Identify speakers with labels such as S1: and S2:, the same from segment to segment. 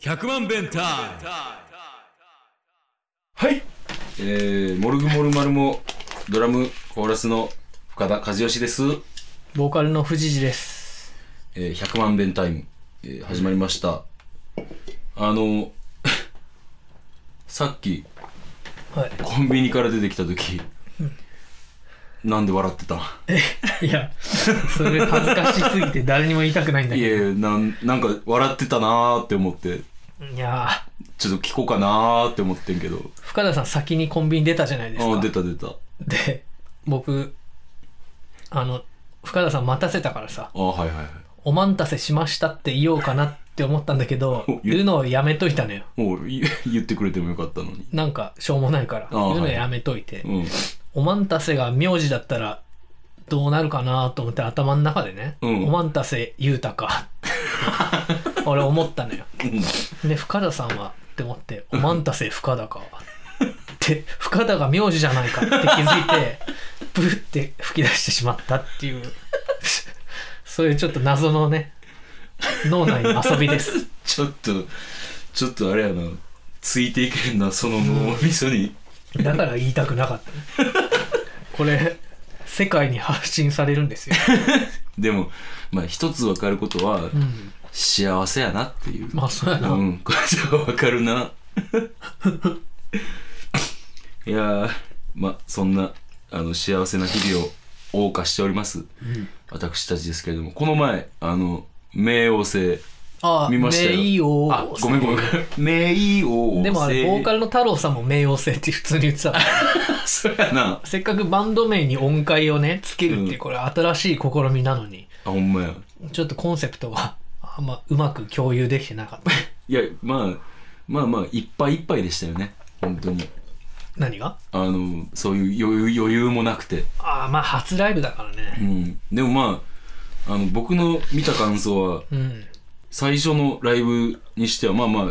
S1: 100万弁タイム
S2: はいえー、モルグモルマルモドラムコーラスの深田和義です、
S3: ボーカルの藤次です。
S2: えー、100万弁タイム、えー始まりましたあの さっき
S3: はい。
S2: コンビニから出てきた時、なんで笑ってた
S3: いや、それ恥ずかしすぎて誰にも言いたくないんだ
S2: い
S3: け
S2: えなんなんか笑ってたなーって思って
S3: ど。いやー、
S2: ちょっと聞こうかなーって思ってんけど
S3: 深田さん先にコンビニ出たじゃないです
S2: あ
S3: か。
S2: あ出た出た
S3: で、僕、あの、深田さん待たせたからさ、
S2: あはいはいはい
S3: お待たせしましたって言おうかなって思ったんだけど
S2: お、言う
S3: 言うのをやめといたのよ。
S2: もうい 言ってくれてもよかったのに
S3: なんか、しょうもないから。
S2: あー
S3: 言うのやめといて。
S2: うん
S3: お待たせが名字だったら、どうなるかなと思って頭の中でね、
S2: うん
S3: お待たせ言う たか。俺思ったのよ。で深田さんはって思って「おまんたせ深田か」って深田が名字じゃないかって気づいてブーって吹き出してしまったっていうそういうちょっと謎のね脳内の遊びです
S2: ちょっとちょっとあれやなついていけるなその脳みそに、
S3: だから言いたくなかったねこれ世界に発信されるんですよ、
S2: でもまあ一つ分かることは、
S3: うん、
S2: 幸せやなっていう
S3: まあそうやな、
S2: うんこれは分かるな いやーまあそんなあの幸せな日々を謳歌しております、私たちですけれどもこの前あの冥王星
S3: ああ
S2: 見ましたよ
S3: 冥王
S2: あごめんごめん 冥王星
S3: でもあれボーカルの太郎さんも冥王星って普通に言ってたから
S2: そやな
S3: せっかくバンド名に音階をねつけるっていうこれ新しい試みなのに、
S2: あほんまや
S3: ちょっとコンセプトはあんまうまく共有できてなかった
S2: いやまあまあまあいっぱいいっぱいでしたよね本当に
S3: 何が
S2: あのそういう余裕余裕もなくて
S3: ああまあ初ライブだから
S2: う
S3: ね
S2: んでもまああの僕の見た感想は
S3: うん
S2: 最初のライブにしてはまあまあ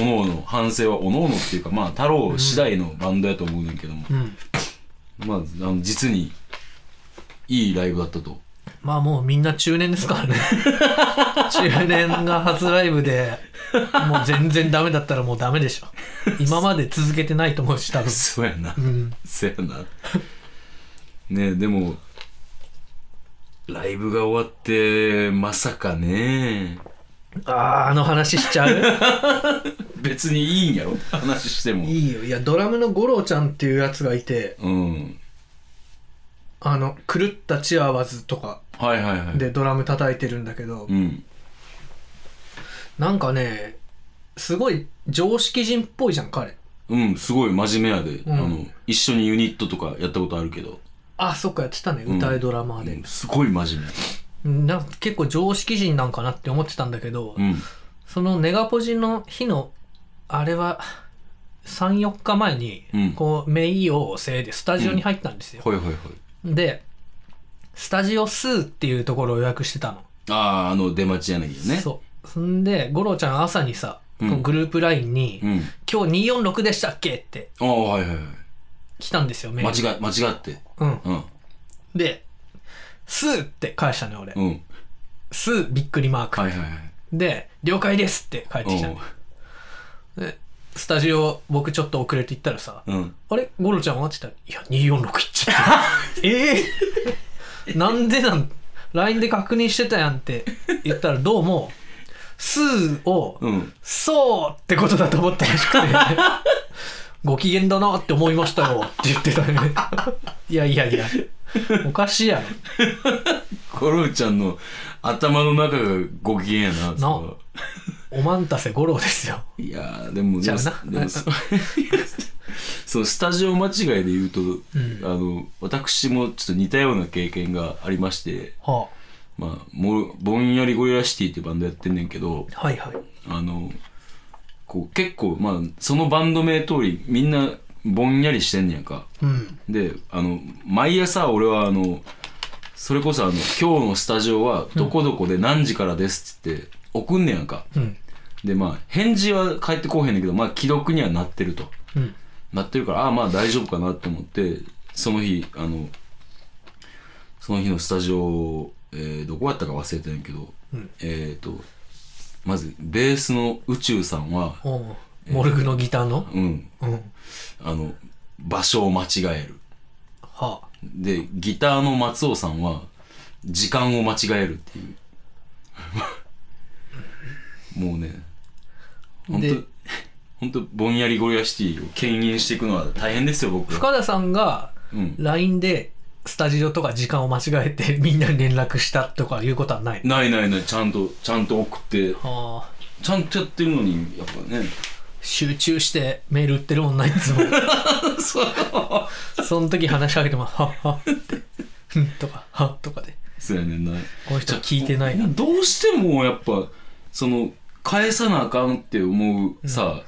S2: おのおの反省はおのおのっていうかまあ太郎次第のバンドやと思うねんけども、
S3: うん
S2: まああの実にいいライブだったと
S3: まあもうみんな中年です からね中年が初ライブでもう全然ダメだったらもうダメでしょ今まで続けてないと思うし多分
S2: そうやな
S3: うん
S2: そうやなねえでもライブが終わってまさかね
S3: あああの話しちゃう
S2: 別にいいんやろ話しても
S3: いいよいやドラムの五郎ちゃんっていうやつがいて
S2: うん
S3: あの狂ったチアワズとか
S2: はいはいはい
S3: でドラム叩いてるんだけど、
S2: うん
S3: なんかねすごい常識人っぽいじゃん彼
S2: うんすごい真面目やで、
S3: ん
S2: あの一緒にユニットとかやったことあるけど、
S3: あそっかやってたね
S2: ん
S3: 歌いドラマー
S2: う
S3: で
S2: ん、すごい真面
S3: なんか結構常識人なんかなって思ってたんだけど、
S2: 目うん
S3: そのネガポジの日のあれは34日前に、
S2: うん
S3: こう名義を制でスタジオに入ったんですよ、
S2: ほいほいほい
S3: でスタジオ2っていうところを予約してたの、
S2: あああの出待ち柳やね
S3: そうそんで五郎ちゃん朝にさ、
S2: うん
S3: このグループ LINE に「
S2: うん
S3: 今日246でしたっけ?」って
S2: ああはいはいはい
S3: 来たんですよメー
S2: 間
S3: ル
S2: 違え間違って
S3: うん
S2: うん
S3: で、スーって返したね、俺。
S2: うん
S3: スーびっくりマーク。
S2: はいはいはい
S3: で、了解ですって返ってきたね。でスタジオ、僕ちょっと遅れて行ったらさ、
S2: うんうん
S3: あれゴロちゃんはって言ったら、いや、246行っちゃった。 ええ なんでなん ?LINE で確認してたやんって言ったら、どうも、スーを、
S2: うん
S3: そうってことだと思ったらしくて、 ご機嫌だなって思いましたよって言ってたね。いやいやいや、おかしいやろ。
S2: コロちゃんの頭の中がご機嫌やなそれは
S3: おまんたせ五郎ですよ。
S2: いやーでも
S3: じゃあ
S2: でも
S3: な
S2: でもそそうスタジオ間違いで言うと、あの私もちょっと似たような経験がありまして、
S3: は
S2: まあ、もぼんやりゴリラシティってバンドやってんねんけど
S3: あ、はいはい。
S2: あのこう結構、まあ、そのバンド名通りみんなぼんやりしてんねやんか
S3: うん。
S2: であの毎朝俺はあのそれこそあの「今日のスタジオはどこどこで何時からです」って言って送んねやんか、
S3: うん。
S2: でまあ返事は返ってこうへんねんけどまあ既読にはなってると
S3: うん。
S2: なってるからああまあ大丈夫かなと思ってその日あのその日のスタジオ、えーどこやったか忘れてんけど、
S3: うん
S2: えっ、とまずベースの宇宙さんは
S3: うんモルグのギターの
S2: うん
S3: うんは
S2: あの場所を間違える
S3: あ
S2: でギターの松尾さんは時間を間違えるっていうもうね 本
S3: で
S2: 当本当ぼんやりゴリラシティを牽引していくのは大変ですよ僕は
S3: 深田さんが
S2: うん
S3: LINE でスタジオとか時間を間違えて みんなに連絡したとかいうことはないの
S2: ないないないちゃんとちゃんと送って
S3: ああ
S2: ちゃんとやってるのにやっぱね
S3: 集中してメール売ってるもんない つも
S2: そう
S3: その時話しかけても「はっはっ」って「うん」とか「はっ」とかで
S2: そうやねんな
S3: この人聞いてないな
S2: どうしてもやっぱその返さなあかんって思うさ、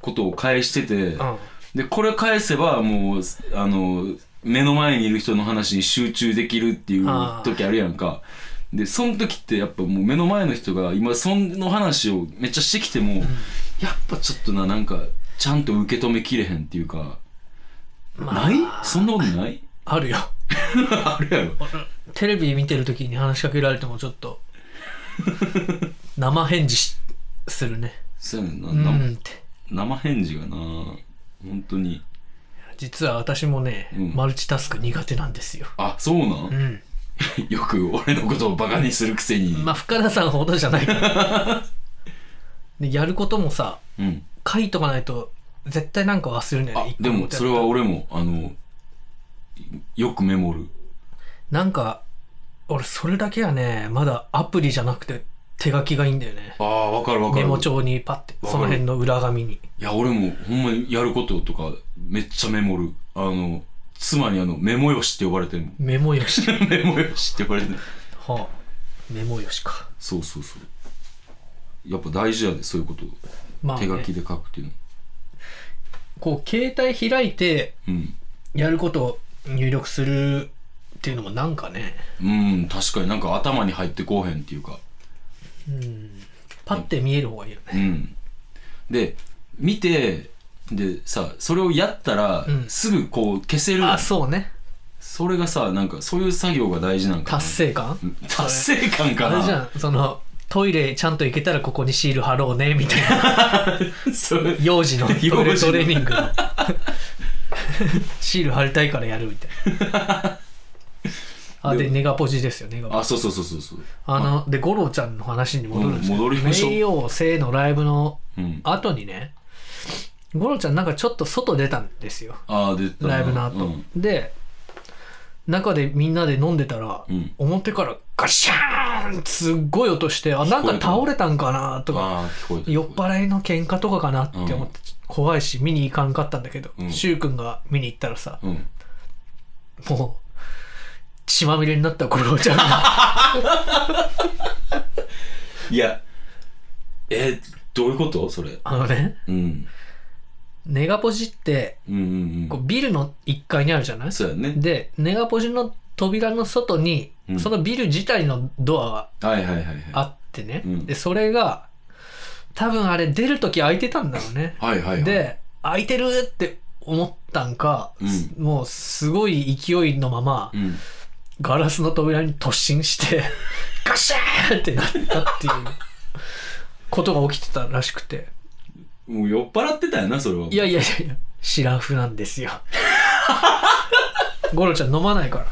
S2: ことを返してて、
S3: うん
S2: でこれ返せばもうあの目の前にいる人の話に集中できるっていう
S3: あー
S2: 時あるやんかでその時ってやっぱもう目の前の人が今その話をめっちゃしてきても、やっぱちょっとななんかちゃんと受け止めきれへんっていうか、
S3: まあ
S2: ないそんなことない
S3: あるよ
S2: あるやろ
S3: テレビ見てる時に話しかけられてもちょっ と生返事しするね
S2: そうやねんな、
S3: う
S2: なん
S3: って
S2: 生返事がな本当に
S3: 実は私もね、
S2: うん
S3: マルチタスク苦手なんですよ
S2: あそうなん、
S3: うん
S2: よく俺のことをバカにするくせに、
S3: まあ深田さんほどじ ゃないからでやることもさ
S2: うん
S3: 書いとかないと絶対なんか忘れるんだよ
S2: あ
S3: ね一個
S2: でも
S3: ことや
S2: それは俺もあのよくメモる
S3: なんか俺それだけはねまだアプリじゃなくて手書きがいいんだよね
S2: ああわかるわか
S3: メ
S2: る
S3: モ帳にパッて
S2: わかる
S3: その辺の裏紙に
S2: いや俺もほんまにやることとかめっちゃメモるあの妻にあの メモよしって呼ばれてる
S3: メモよし
S2: メモよしって呼ばれてる
S3: はあメモよしか
S2: そうそうそうやっぱ大事やでそういうこと
S3: まあ、
S2: 手
S3: ね、
S2: 書きで書くっていうの
S3: こう携帯開いて
S2: うん
S3: やることを入力するっていうのもなんかね、
S2: うん確かになんか頭に入ってこうへんっていうか
S3: うん、パッて見える方がいいよね
S2: うん、で見てでさそれをやったら、
S3: うん
S2: すぐこう消せる
S3: あそうね
S2: それがさなんかそういう作業が大事なんかな
S3: 達成感
S2: うん達成感か
S3: あ
S2: な
S3: れじゃんそのトイレちゃんと行けたらここにシール貼ろうねみたいな
S2: それ
S3: 幼児 のトイ
S2: 幼
S3: レ
S2: 児の
S3: トレーニング のシール貼りたいからやるみたい なあで
S2: で
S3: ネガポジですよネガポジ
S2: あそうそうそうそうそう
S3: あので五郎ちゃんの話に戻るんですけど、
S2: うん戻りましょう
S3: 名誉生のライブの
S2: うん
S3: 後にね五郎ちゃんなんかちょっと外出たんですよ
S2: あー出たな
S3: ライブの後、
S2: うん
S3: で中でみんなで飲んでたら、
S2: うん
S3: 表からガシャーンすっごい音してあなんか倒れたんかなとか
S2: ああ聞こえた
S3: 酔っ払いの喧嘩とかかなって思って、怖いし見に行かんかったんだけど
S2: うん
S3: 柊、くん、君が見に行ったらさ
S2: うん
S3: もう血まみれになった五郎ちゃん が
S2: いやえー、どういうことそれ
S3: あのね
S2: うん
S3: ネガポジって
S2: うんうんう
S3: こうんビルの1階にあるじゃない
S2: そうやね
S3: でネガポジの扉の外に、
S2: うん
S3: そのビル自体のドアが
S2: はいはいはいはい
S3: あってね、
S2: うん
S3: でそれが多分あれ出る時開いてたんだろうね、
S2: はいはいはい
S3: で開いてるって思ったんか、
S2: う
S3: もうすごい勢いのまま、
S2: うん
S3: ガラスの扉に突進 してガシャーンってなったっていうことが起きてたらしくて
S2: もう酔っ払ってたよなそれはい
S3: やいやいやいやシラフなんで すよゴロちゃん飲まないから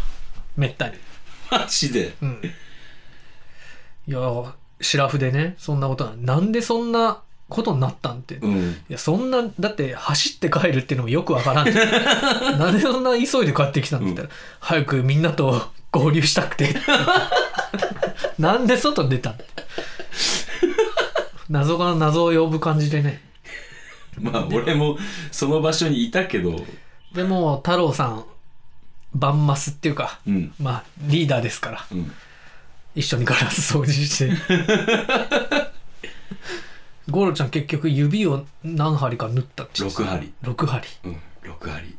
S3: めったに
S2: マジで
S3: うんいやシラフでねそんなことなんなんでそんなことになったんって、い
S2: うん
S3: やそんなだって走って帰るっていうのもよくわから んじゃんなんでそんな急いで帰ってきたんって言ったら、早くみんなと合流したくて なんで外に出たんって謎が謎を呼ぶ感じでね
S2: まあ俺もその場所にいたけど、
S3: でも太郎さんバンマスっていうか
S2: うん。
S3: まあリーダーですから
S2: うん、
S3: 一緒にガラス掃除して ゴロちゃん結局指を何針か縫ったって言って
S2: 6針。
S3: た6針
S2: うん、6針。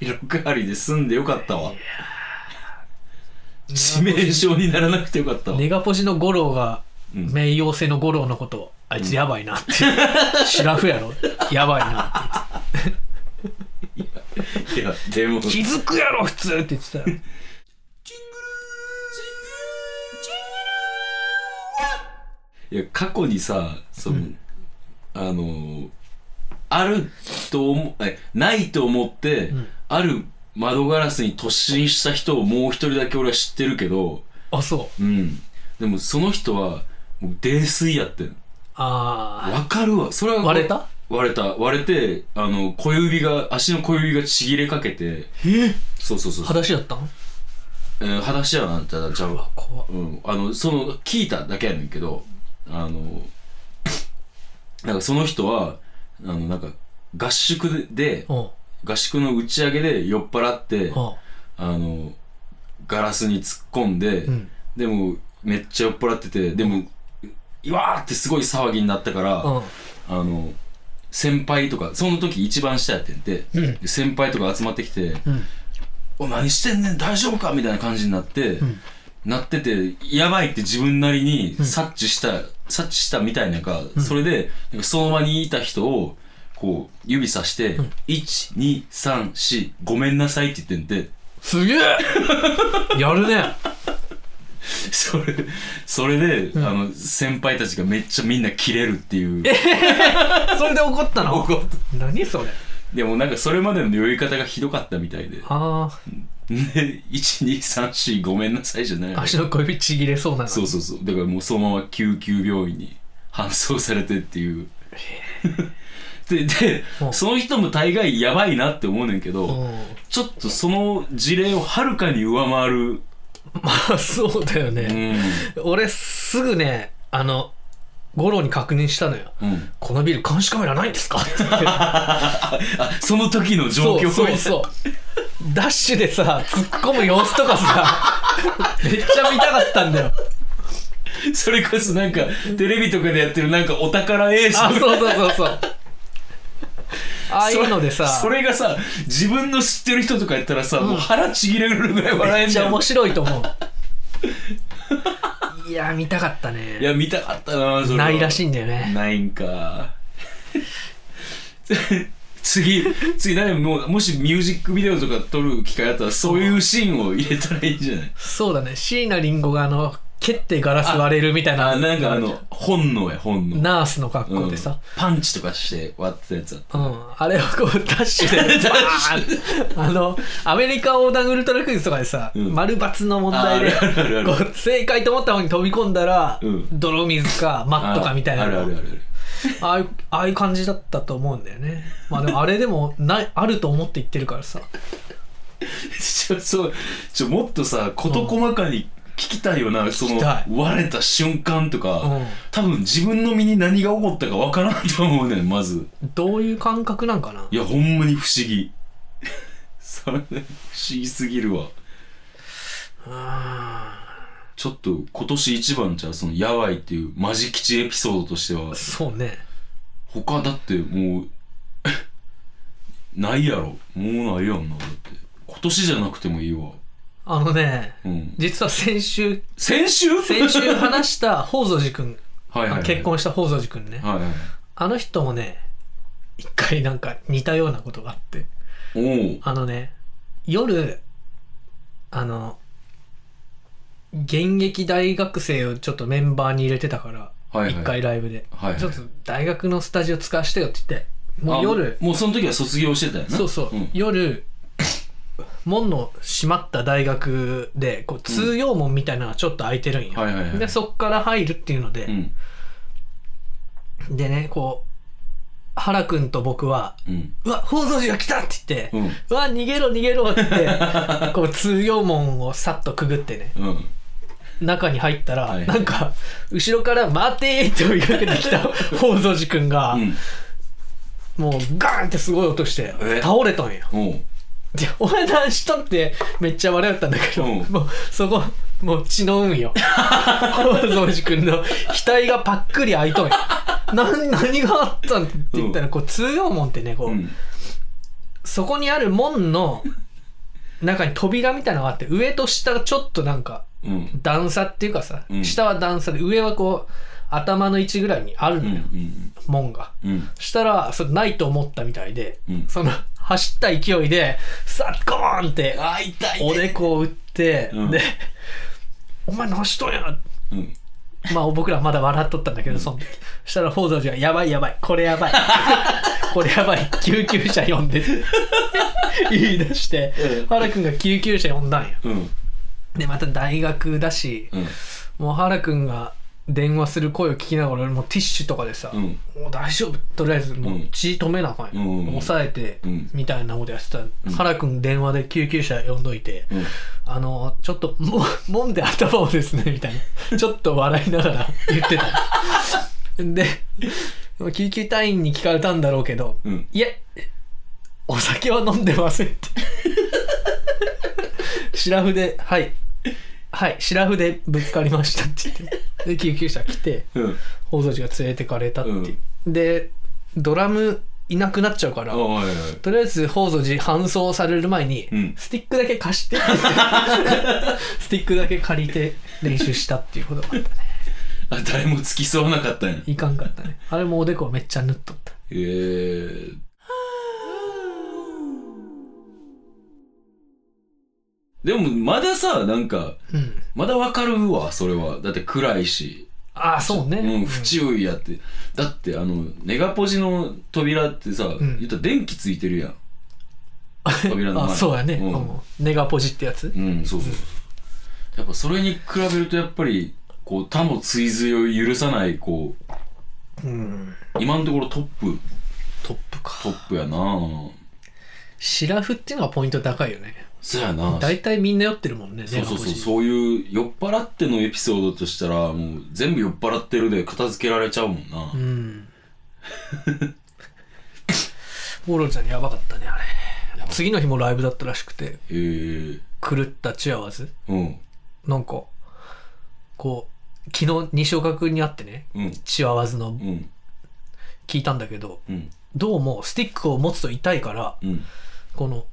S2: 6針で済んでよかったわ。致命傷にならなくてよかったわ。
S3: ネガポジのゴロが
S2: うん
S3: 名誉性のゴロのことをあいつやばいなって シラフやろやばいなって
S2: いや、でも、
S3: 気づくやろ普通って言ってたよ
S2: いや過去にさその、
S3: うん
S2: あのあると思えないと思って、
S3: うん
S2: ある窓ガラスに突進した人をもう一人だけ俺は知ってるけど
S3: あそう
S2: うんでもその人はもう泥酔やってん
S3: あ
S2: わかるわそれは
S3: あ割れた
S2: 割れた割れてあの小指が足の小指がちぎれかけて
S3: え
S2: そうそうそう
S3: 裸足だったん
S2: えー、裸足やなんてちゃう
S3: うわ怖っ
S2: うん、あのその聞いただけやねんけどあのなんかその人はあのなんか合宿で
S3: うんうん
S2: 合宿の打ち上げで酔っ払ってあのガラスに突っ込んで、
S3: うん
S2: でもめっちゃ酔っ払っててでもうわーってすごい騒ぎになったから、
S3: うん
S2: あの先輩とかその時一番下やってんて、
S3: うん
S2: で先輩とか集まってきて
S3: うん
S2: 「お何してんねん大丈夫か?」みたいな感じになって。
S3: うん
S2: なってて、やばいって自分なりに察知した、察知したみたいなのか、それで、なんかその場にいた人を、こう、指さして、1、2、3、4、ごめんなさいって言ってんて、
S3: すげえやるね
S2: それ、それで、あの、先輩たちがめっちゃみんな切れるっていう。
S3: それで怒ったの
S2: 怒っ
S3: 何それ
S2: でもなんかそれまでの酔い方がひどかったみたいで。で、
S3: あ
S2: 1、2、3、4、ごめんなさいじゃない
S3: あ足の小指ちぎれそうなの
S2: そうそうそう。だからもうそのまま救急病院に搬送されてっていう。 で、で
S3: うん、
S2: その人も大概やばいなって思うねんけど、
S3: うん
S2: ちょっとその事例をはるかに上回る。
S3: まあ そうだよ
S2: う
S3: ね、
S2: ん。
S3: 俺すぐねあの五郎に確認したのよ
S2: うん。
S3: このビル監視カメラないんですか って言って
S2: あ、その時の状況を
S3: そうそうそうダッシュでさ突っ込む様子とかさ めっちゃ見たかったんだよ
S2: それこそなんか、テレビとかでやってるなんかお宝映像
S3: あそうそうそうそうああいうのでさ
S2: それそれがさ、自分の知ってる人とかやったらさ、もう腹ちぎれるぐらい笑
S3: め
S2: え
S3: っ
S2: ん
S3: ち
S2: じ
S3: ゃ
S2: ゃん
S3: 面。白いと思ういや見たかった
S2: い
S3: ね
S2: や、見たかったな、それは。
S3: ないらしいんだよね
S2: ないんか。 次、次、なんかもう、もしミュージックビデオとか撮る機会あったら、そういうシーンを入れたらいいんじゃない
S3: そうだね椎名林檎があの蹴ってガラス割れるみたい な
S2: あ、なんかあの、本能や、本能。
S3: ナースの格好でさ、
S2: うんパンチとかして割ってたやつだった。
S3: うん、あれをこうダッシ ュでバーンあのアメリカ横断ウルトラクイズとかでさ、
S2: ん
S3: 丸×の問題で
S2: ああるあるあるある
S3: こう正解と思った方に飛び込んだら、
S2: うん
S3: 泥水かマットかみたいな
S2: あるあるある
S3: ああいうああいう感じだったと思うんだよねまあでもあれでもないあると思って言ってるからさ
S2: ある。ちょ、そう、ちょ、もっとさ、事細かに聞きたいよな、その
S3: きたい、
S2: 割れた瞬間と
S3: うん
S2: か、多分自分の身に何が起こったかわからんと思うねん、まず。
S3: どういう感覚なんかない
S2: や、ほんまに不思 議。それね、不思議すぎるわ。
S3: あ
S2: ちょっと今年一番じゃうそのやばいっていうマジ吉エピソードとしては
S3: ー、そうね
S2: 他だってもう、 ないやろ。もうないやんな、だって。今年じゃなくてもいいわ。
S3: あのね
S2: うん。
S3: 実は先週
S2: 先週
S3: 先 週話した宝蔵寺君
S2: はいはい、はい。
S3: 結。婚した宝蔵寺君ね、
S2: はいはい。
S3: あの人もね、一回なんか似たようなことがあって、
S2: おう
S3: あのね、夜、あの、現役大学生をちょっとメンバーに入れてたから、一、
S2: はいはい
S3: 回ライブで、
S2: はいはい
S3: ちょっと大学のスタジオ使わしてよって言って、もう夜、
S2: あもうその時は卒業してたよな。
S3: そうそう、
S2: ん
S3: 夜、門の閉まった大学で、こう通用門みたいなのがちょっと開いてるんよ。
S2: はいはいはい
S3: で、そっから入るっていうので、
S2: うん。
S3: でね、こう、原くんと僕は、
S2: うん。
S3: うわ、宝蔵寺が来たって言って、
S2: うん。
S3: うわ、逃げろ逃げろ って言って、こう、通用門をさっとくぐってね、
S2: うん。
S3: 中に入ったら、
S2: はい
S3: なんか、後ろから待てーって追いかけ てきた宝蔵寺くんが、
S2: うん。
S3: もうガーンってすごい音して
S2: え、
S3: 倒れたんよ。
S2: おう
S3: で、お前何しとんってめっちゃ笑ったんだけど、
S2: うん
S3: もう、そこ、もう血の運よ。宝蔵寺くんの額がパックリ開いとんよ。なん何があったんって言ったら、こう、通用門ってね、こう、
S2: うん。
S3: そこにある 門の中に扉みたいなのがあって、上と下がちょっとなんか
S2: うん。
S3: 段差っていうかさ、
S2: うん
S3: 下は段差で上はこう頭の位置ぐらいにある
S2: うん。う
S3: のよ、
S2: ん。
S3: 門が。
S2: うん。
S3: したら、それないと思ったみたいで、
S2: うん
S3: その走った勢いで、さっゴーンって、
S2: あ、痛い、
S3: おでこを打って、
S2: うん
S3: で、お前何しとんや
S2: うん。
S3: まあ僕らまだ笑っとったんだけど、その時。そしたら宝蔵寺が、やばいやばい、これ やばい。これやばい、救急車呼んでって言い出して
S2: うん、
S3: 原くんが救急車呼んだんよ。
S2: うん。
S3: で、また大学だし、
S2: うん。
S3: もう原くんが電話する声を聞きながら、俺もティッシュとかでさ、
S2: うん。
S3: もう大丈夫とりあえずもう血止めなあかんよ、
S2: うんうんうん
S3: 抑えて、
S2: うん
S3: みたいなことやってたら、原くん電話で救急車呼んどいて、
S2: うん
S3: あのちょっとももんで頭をですねみたいなちょっと笑いながら言ってたで救急隊員に聞かれたんだろうけど、
S2: うん
S3: いやお酒は飲んでませんってシラフではいはいシラフでぶつかりましたって言ってで救急車来て
S2: うん。
S3: 宝蔵寺が連れてかれたっていう、でドラムいなくなっちゃうから、
S2: おいおい
S3: とりあえず宝蔵寺搬送される前に、
S2: うん
S3: スティックだけ貸 してって言ってスティックだけ借りて練習したっていうことがあったね
S2: あ、誰も付き添わなかったんや。
S3: いかんかったねあれもおでこめっちゃ塗っとった
S2: えー。でも、まださ、なんか、
S3: うん
S2: まだわかるわ、それは。だって暗いし。
S3: ああそうね、
S2: うん、不注意やって。だって、あの、ネガポジの扉ってさ、
S3: ん
S2: 言ったら電気ついてるやん。扉の
S3: あ
S2: 前。
S3: そうやね、
S2: うん
S3: うんネガポジってやつ
S2: うん、そうそうそう。やっぱそれに比べるとやっぱり、こう、他の追随を許さない、こう、
S3: うん
S2: 今のところトップ、
S3: トップか
S2: トップやな
S3: シラフっていうのがポイント高いよね
S2: そうやな
S3: 大体みんな酔ってるもんね
S2: そうそうそう、
S3: ネガポジ
S2: そういう酔っ払ってのエピソードとしたら、もう全部酔っ払ってるで片付けられちゃうもんな。
S3: うん。オロちゃんやばかったね、あれ。次の日もライブだったらしくて、
S2: へえ。
S3: 狂ったチアワズ。
S2: うん、
S3: なんか、こう、昨日西岡君に会ってね、
S2: うん、
S3: チワワズの
S2: うん、
S3: 聞いたんだけど、
S2: うん、
S3: どうもスティックを持つと痛いから、
S2: うん、
S3: この、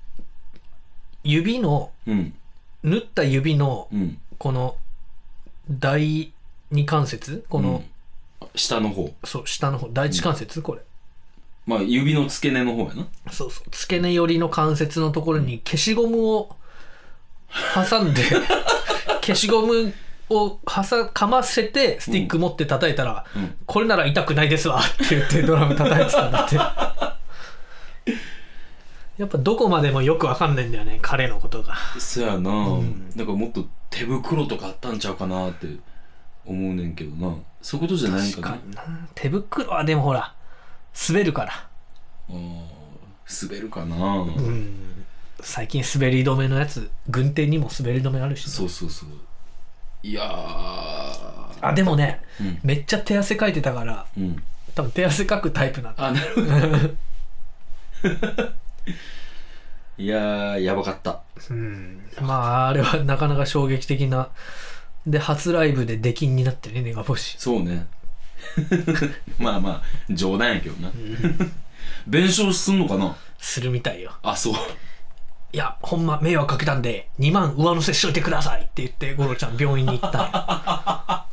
S3: 指の、
S2: うん、
S3: 縫った指の、
S2: うん。
S3: この、第二関節この、
S2: うん、下の方。
S3: そう、下の方、第一関節これ。
S2: まあ、指の付け根の方やな。
S3: そうそう。付け根寄りの関節のところに消しゴムを 挟んで、消しゴムを挟、かませて、スティック持って叩いたら、
S2: うん
S3: これなら痛くないですわって言ってドラム叩いてたんだって。やっぱどこまでもよくわかんないんだよね、彼のことが。
S2: そやな、
S3: ん
S2: なんかもっと手袋とかあったんちゃうかなって思うねんけどな。そういうことじゃないんか
S3: 確
S2: な。
S3: かにな。手袋はでもほら、滑るから。
S2: あー滑るかな、
S3: うん。最近滑り止めのやつ、軍手にも滑り止めあるしね、
S2: そうそうそう。いやー。
S3: あ、でもね、
S2: うん
S3: めっちゃ手汗かいてたから、
S2: うん。
S3: 多分手汗かくタイプなんだ
S2: あ、なるほど。 いやー、やばかった。
S3: うんまああれはなかなか衝撃的なで初ライブで出禁になってねネガポジ
S2: そうね。 まあまあ、冗談やけどな。弁償すんのかな
S3: するみたいよ
S2: あ、そう。
S3: いやほんま迷惑かけたんで2万上乗せしといてくださいって言って五郎ちゃん病院に行 った
S2: か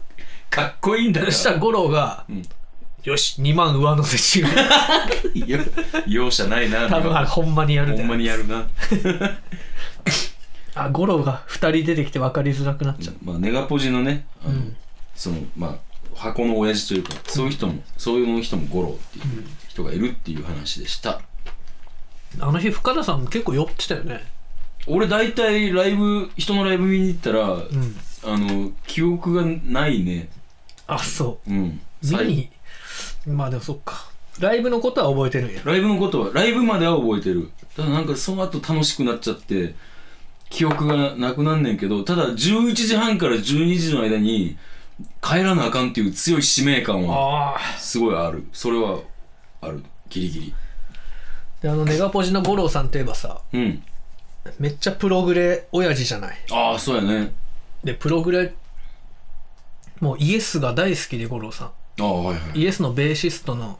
S2: っこいいんだ
S3: の
S2: よ
S3: そ。したら五郎が、
S2: ん
S3: よし2万上乗せしよう
S2: いや容赦ないな。
S3: 多分あれほんまにやる
S2: ほ
S3: で
S2: んまにやるな。
S3: あ五郎が2人出てきて分かりづらくなっちゃう、
S2: まあ、ネガポジのね、あのその、まあ、箱の親父というか、そういう人も、そういう人も五郎っていう人がいるっていう話でした。
S3: あの日深田さんも結構酔ってたよね
S2: 俺大体ライブ、人のライブ見に行ったら、
S3: うん
S2: あの、記憶がないね。
S3: あそう
S2: うん。
S3: 見
S2: 最
S3: にまあでもそっかライブのことは覚えてるんや
S2: ライブのことは、ライブまでは覚えてる。ただなんかその後楽しくなっちゃって、記憶がなくなんねんけど、ただ11時半から12時の間に帰らなあかんっていう強い使命感は
S3: ああ
S2: すごいある。それはある。ギリギリ。
S3: であのネガポジの五郎さんといえばさ
S2: うん。
S3: めっちゃプログレ親父じゃない
S2: ああ、そうやね。
S3: でプログレもうイエスが大好きで五郎さ
S2: ああ、はいは
S3: ん
S2: い。
S3: イエスのベーシストの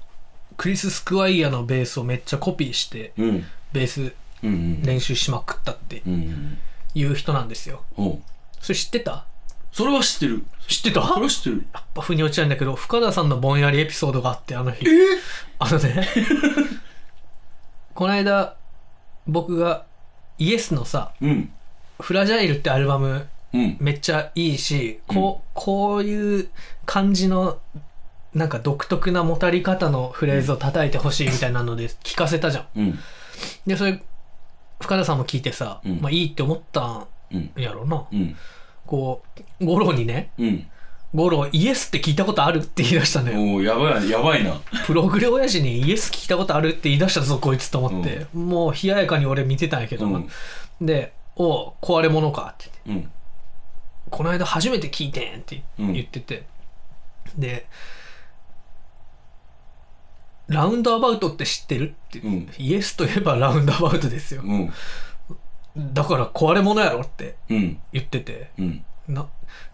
S3: クリス・スクワイヤのベースをめっちゃコピーして
S2: うん。うん
S3: ベース
S2: うん。
S3: 練習しまくったって
S2: うんうん
S3: いう人なんですよ
S2: うん。おう
S3: それ知ってた
S2: それは知ってる。
S3: 知ってた
S2: それは知ってる。
S3: やっぱ腑に落ちないんだけど深田さんのぼんやりエピソードがあってあの日あのね この間僕がイエスのさ
S2: うん。
S3: 「フラジャイル」ってアルバム
S2: うん。
S3: めっちゃいいし、こう、こういう感じの、なんか独特なもたり方のフレーズを叩いてほしいみたいなので聞かせたじゃん。
S2: うん。
S3: で、それ、深田さんも聞いてさ、
S2: うん
S3: まあいいって思った
S2: うん。
S3: んやろな。
S2: うん。
S3: こう、ゴロにね、
S2: うん。
S3: ゴロイエスって聞いたことあるって言い出したのよ。
S2: おおやばい、やばいな。
S3: プログレ親父にイエス聞いたことあるって言い出したぞ、こいつと思って。もう冷ややかに俺見てたんやけ
S2: う
S3: ど、
S2: ん。
S3: で、おう、壊れ物かって言って。
S2: うん。
S3: この間初めて聞いてんって
S2: うん
S3: 言ってて、で「ラウンドアバウトって知ってる?」って、
S2: うん
S3: イエスといえばラウンドアバウトですよ
S2: うん。
S3: だから壊れ物やろって
S2: うん。
S3: 言ってて
S2: うん。
S3: な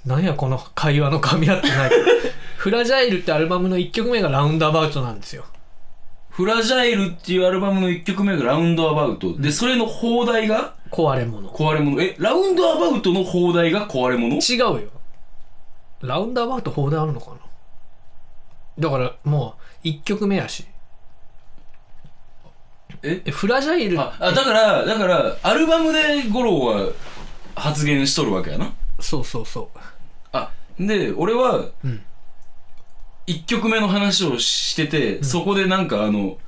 S3: なんやこの会話の噛み合ってない フラジャイルってアルバムの1曲目がラウンドアバウトなんですよ
S2: フラジャイルっていうアルバムの1曲目がラウンドアバウト。で、それの放題が
S3: 壊れ物
S2: 壊れ物。え、ラウンドアバウトの放題が壊れ物
S3: 違うよラウンドアバウト放題あるのかなだからもう1曲目やし
S2: え
S3: フラジャイル
S2: あ、あだから、だから、アルバムで五郎は発言しとるわけやな。
S3: そうそうそう
S2: あ、で、俺は、
S3: うん
S2: 一曲目の話をしてて、そこでなんかあの、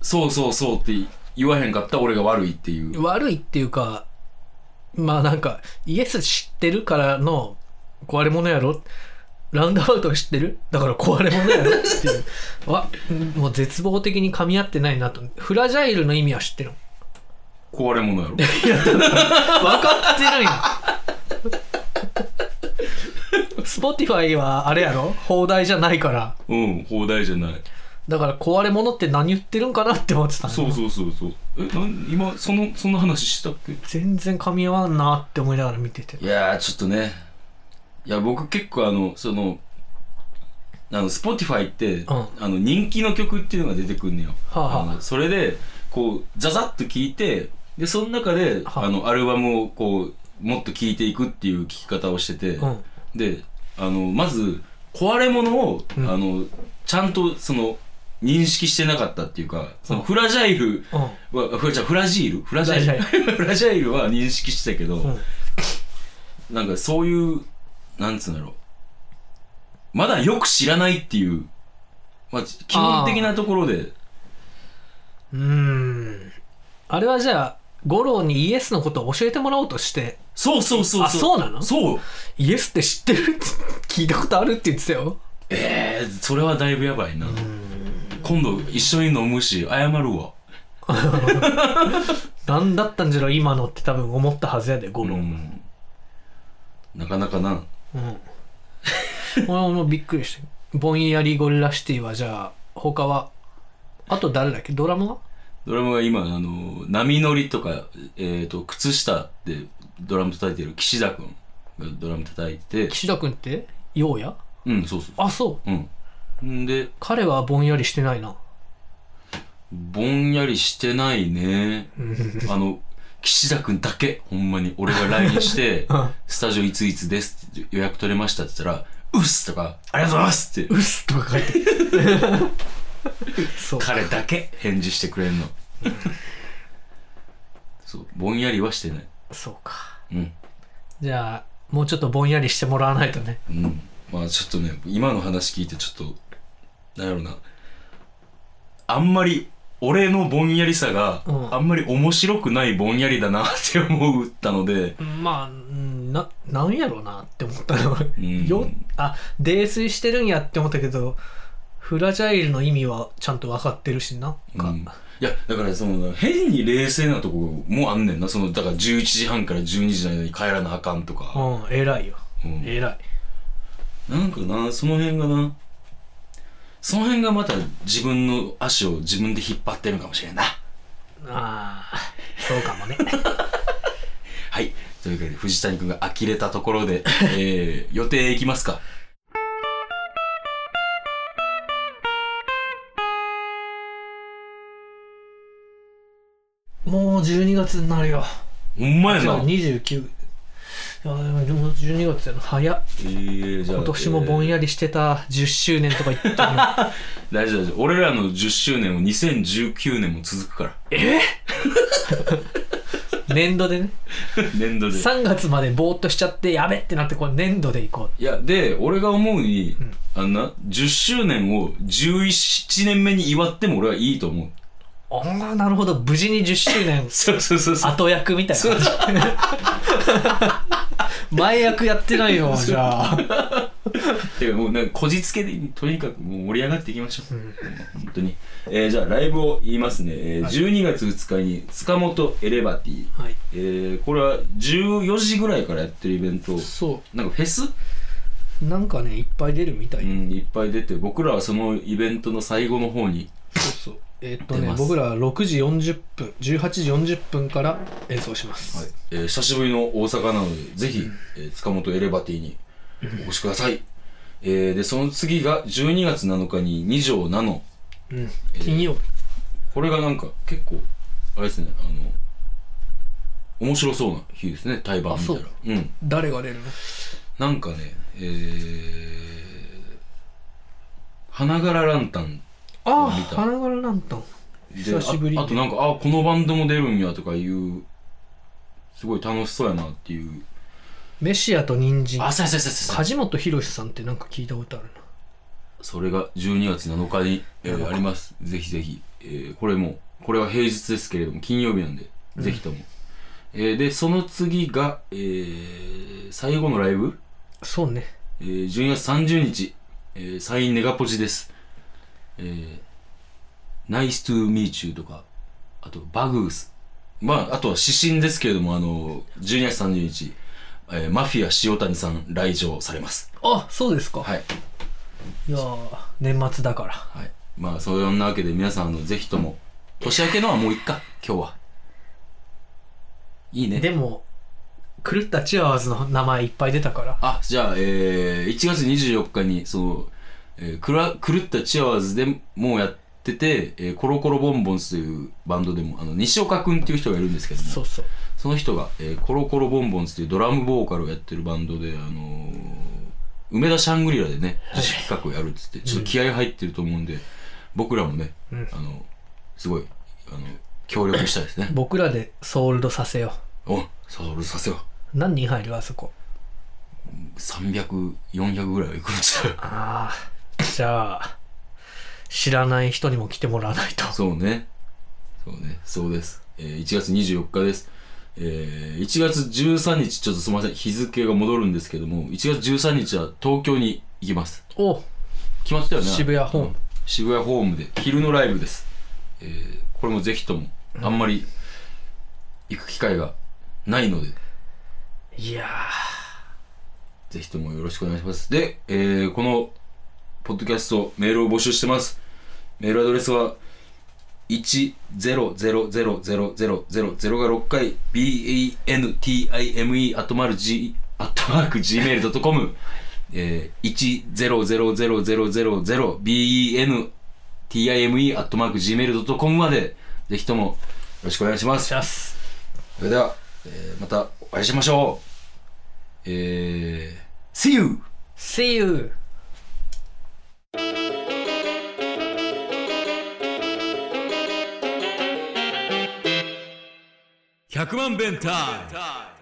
S2: そうそうそうって言わへんかった俺が悪いっていう。
S3: 悪いっていうかまあなんかイエス知ってるからの壊れ物やろラウンドアバウト知ってるだから壊れ物やろっていう わもう絶望的に噛み合ってないなとフラジャイルの意味は知ってるの
S2: 壊れ物や ろ。
S3: 分かってるんやスポティファイはあれやろ放題じゃないから
S2: うん、放題じゃない。
S3: だから壊れ物って何言ってるんかなって思ってたの
S2: そうそうそうそう。え、なん今、その、そんな話したっけ
S3: 全然噛み合わんなって思いながら見てて
S2: いやー、ちょっとね。いや、僕結構あの、その、あの、Spotify って、
S3: ん
S2: あの、人気の曲っていうのが出てくんのよ。
S3: はあはあ
S2: のそれで、こう、ザザッと聴いて、で、その中で、
S3: はあ
S2: あの、アルバムをこう、もっと聴いていくっていう聴き方をしてて、
S3: うん
S2: で、あの、まず、壊れ物を、
S3: うん
S2: あの、ちゃんと、その、認識してなかったっていうか、その、フラジャイル
S3: うん
S2: は、フラじゃあフラジールフラジャイル フラジャイルは認識してたけど、
S3: うん
S2: なんかそういう、なんつうんだろう。まだよく知らないっていう、まあ、基本的なところで、
S3: うーんあれはじゃあ五郎にイエスのことを教えてもらおうとして
S2: そうそうそう
S3: あそうなの
S2: そう。
S3: イエスって知ってる 聞いたことあるって言ってたよ
S2: ええそれはだいぶやばいな。今度一緒に飲むし、謝るわ。
S3: 何だったんじゃろ今のって多分思ったはずやで五
S2: う
S3: 郎、うん
S2: ん。なかなかな。
S3: 俺もびっくりしてぼんやりゴリラシティはじゃあ他はあと誰だっけドラムは
S2: ドラムは今、あの、波乗りとか、えっ、と、靴下でドラム叩いてる岸田くんがドラム叩いてて、
S3: 岸田君ってようや
S2: うん、そうそ
S3: あそう
S2: う。うん。んで、
S3: 彼はぼんやりしてないな
S2: ぼんやりしてないね。
S3: うん
S2: あの、岸田くんだけ、ほんまに、俺が LINE して
S3: うん、
S2: スタジオいついつですって予約取れましたって言ったら、うっすとか、ありがとうございますって、
S3: うっすとか 書いてるそう
S2: 彼だけ返事してくれん の。そう、ぼんやりはしてない。
S3: そうか
S2: うん。
S3: じゃあもうちょっとぼんやりしてもらわないとね
S2: うん。まあちょっとね、今の話聞いてちょっと、なんやろな。あんまり、俺のぼんやりさが、
S3: うん
S2: あんまり面白くないぼんやりだなって思ったので、
S3: まあうんななんやろうなって思ったの、
S2: ん
S3: よあ泥酔してるんやって思ったけどフラジャイルの意味はちゃんと分かってるしなか、
S2: うんいやだからその変に冷静なとこもあんねんなそのだから11時半から12時の間に帰らなあかんと
S3: う
S2: か、
S3: ん偉いよ
S2: うん
S3: 偉い
S2: なんかなその辺がなその辺がまた自分の足を自分で引っ張ってるかもしれんな
S3: ああそうかもね
S2: はいというわけで藤谷君が呆れたところ で、えー、予定いきますか
S3: もう12月にな るよ
S2: ほんまや
S3: じゃ
S2: な
S3: あ、29いやでも12月やな早っ
S2: えー、じゃあ
S3: 今年もぼん
S2: え
S3: やりしてた10周年とか言ってたのに
S2: ー大丈夫大丈夫俺らの10周年を2019年も続くから
S3: 年度でね
S2: 年度で。
S3: 3月までぼーっとしちゃってやべってなってこれ年度で行こ
S2: いや、で、俺が思うに、あんな、10周年を17年目に祝っても俺はいいと思う。
S3: うああなるほど無事に10周年
S2: そうそうそうそう。
S3: 後役みたいな話前役やってな いよじゃあ
S2: てかもうなんかこじつけでいいとにかくもう盛り上がっていきましょう、本当に、えーじゃあライブを言いますね、えー12月2日に塚本エレバティ、
S3: はい
S2: えーこれは14時ぐらいからやってるイベント
S3: そ
S2: なんかフェス、
S3: うなんかねいっぱい出るみたい、
S2: うん、いっぱい出て僕らはそのイベントの最後の方に
S3: そうそうえーっと
S2: 出
S3: ね
S2: ます
S3: 僕らは6時40分18時40分から演奏します、
S2: えー久しぶりの大阪なので、ぜひ、えー塚本エレバティにお越しください。えーで、その次が12月7日に2条なの。
S3: うん、金曜日、
S2: これがなんか結構、あれですね、あの、面白そうな日ですね、対バン見たら
S3: あそう。
S2: うん。
S3: 誰が出るの
S2: なんかね、えー、花柄ランタン
S3: ああ
S2: 見た
S3: 花柄ランタン
S2: で
S3: 久しぶり
S2: ああとなんか、あ、このバンドも出るんやとかいう、すごい楽しそうやなっていう。
S3: メシアと人参
S2: あ、そうそうそうそうそう。
S3: 梶本博さんってなんか聞いたことあるな
S2: それが12月7日に、えーあります。ぜひぜひ、えーこれも、これは平日ですけれども、金曜日なんで、ぜひとも。えーで、その次が、えー最後のライブ、
S3: そうね
S2: えー12月30日、えーサインネガポジです。えー、Nice to meet you とか、あと、バグース。まあ、あとは指針ですけれども、あの、12月30日、えーマフィア塩谷さん来場されます。
S3: あそうですか、
S2: はい。
S3: い、やー年末だから
S2: はい。まあ、そんなわけで皆さん、あの、ぜひとも、年明けのはもういっか、今日は。いいね。
S3: でも狂ったチワワズの名前いっぱい出たから
S2: あ、じゃあ、えー、1月24日に、その、えー、くら、狂ったチアワーズでもうやってて、えーコロコロボンボンズというバンドでも、あの、西岡くんっていう人がいるんですけども、
S3: そうそう
S2: その人が、えーコロコロボンボンズというドラムボーカルをやってるバンドで、あのー梅田シャングリラでね、自主企画をやるっつって、ちょっと気合入ってると思うんで、僕らもね、
S3: うん。
S2: あの、すごい、あの、協力したいですね
S3: 僕らでソールドさせよ
S2: おソウルさせよ。
S3: う何人入るあそこ
S2: 300、400ぐらいはいくんちゃう
S3: ああじゃあ知らない人にも来てもらわないと
S2: そうね。そうね。そうです。えー、1月24日です。えー、1月13日、ちょっとすみません。日付が戻るんですけども、1月13日は東京に行きます。
S3: お
S2: 決まったよね。
S3: 渋谷ホーム
S2: うん渋谷ホームで、昼のライブです。えー、これもぜひとも、あんまり、行く機会がないので、
S3: いや
S2: ぜひともよろしくお願いします。で、えーこの、ポッドキャスト、メールを募集してます。メールアドレスは、100000000が6回、bantime アットマーク g、アットマーク gmail.com、えー、100000000 bentime アットマーク gmail.com まで、ぜひともよろしくお願いします
S3: ー。チャス
S2: それでは、えーまたお会いしましょう。えー、See you!
S3: See you!
S1: Kakman Bentai.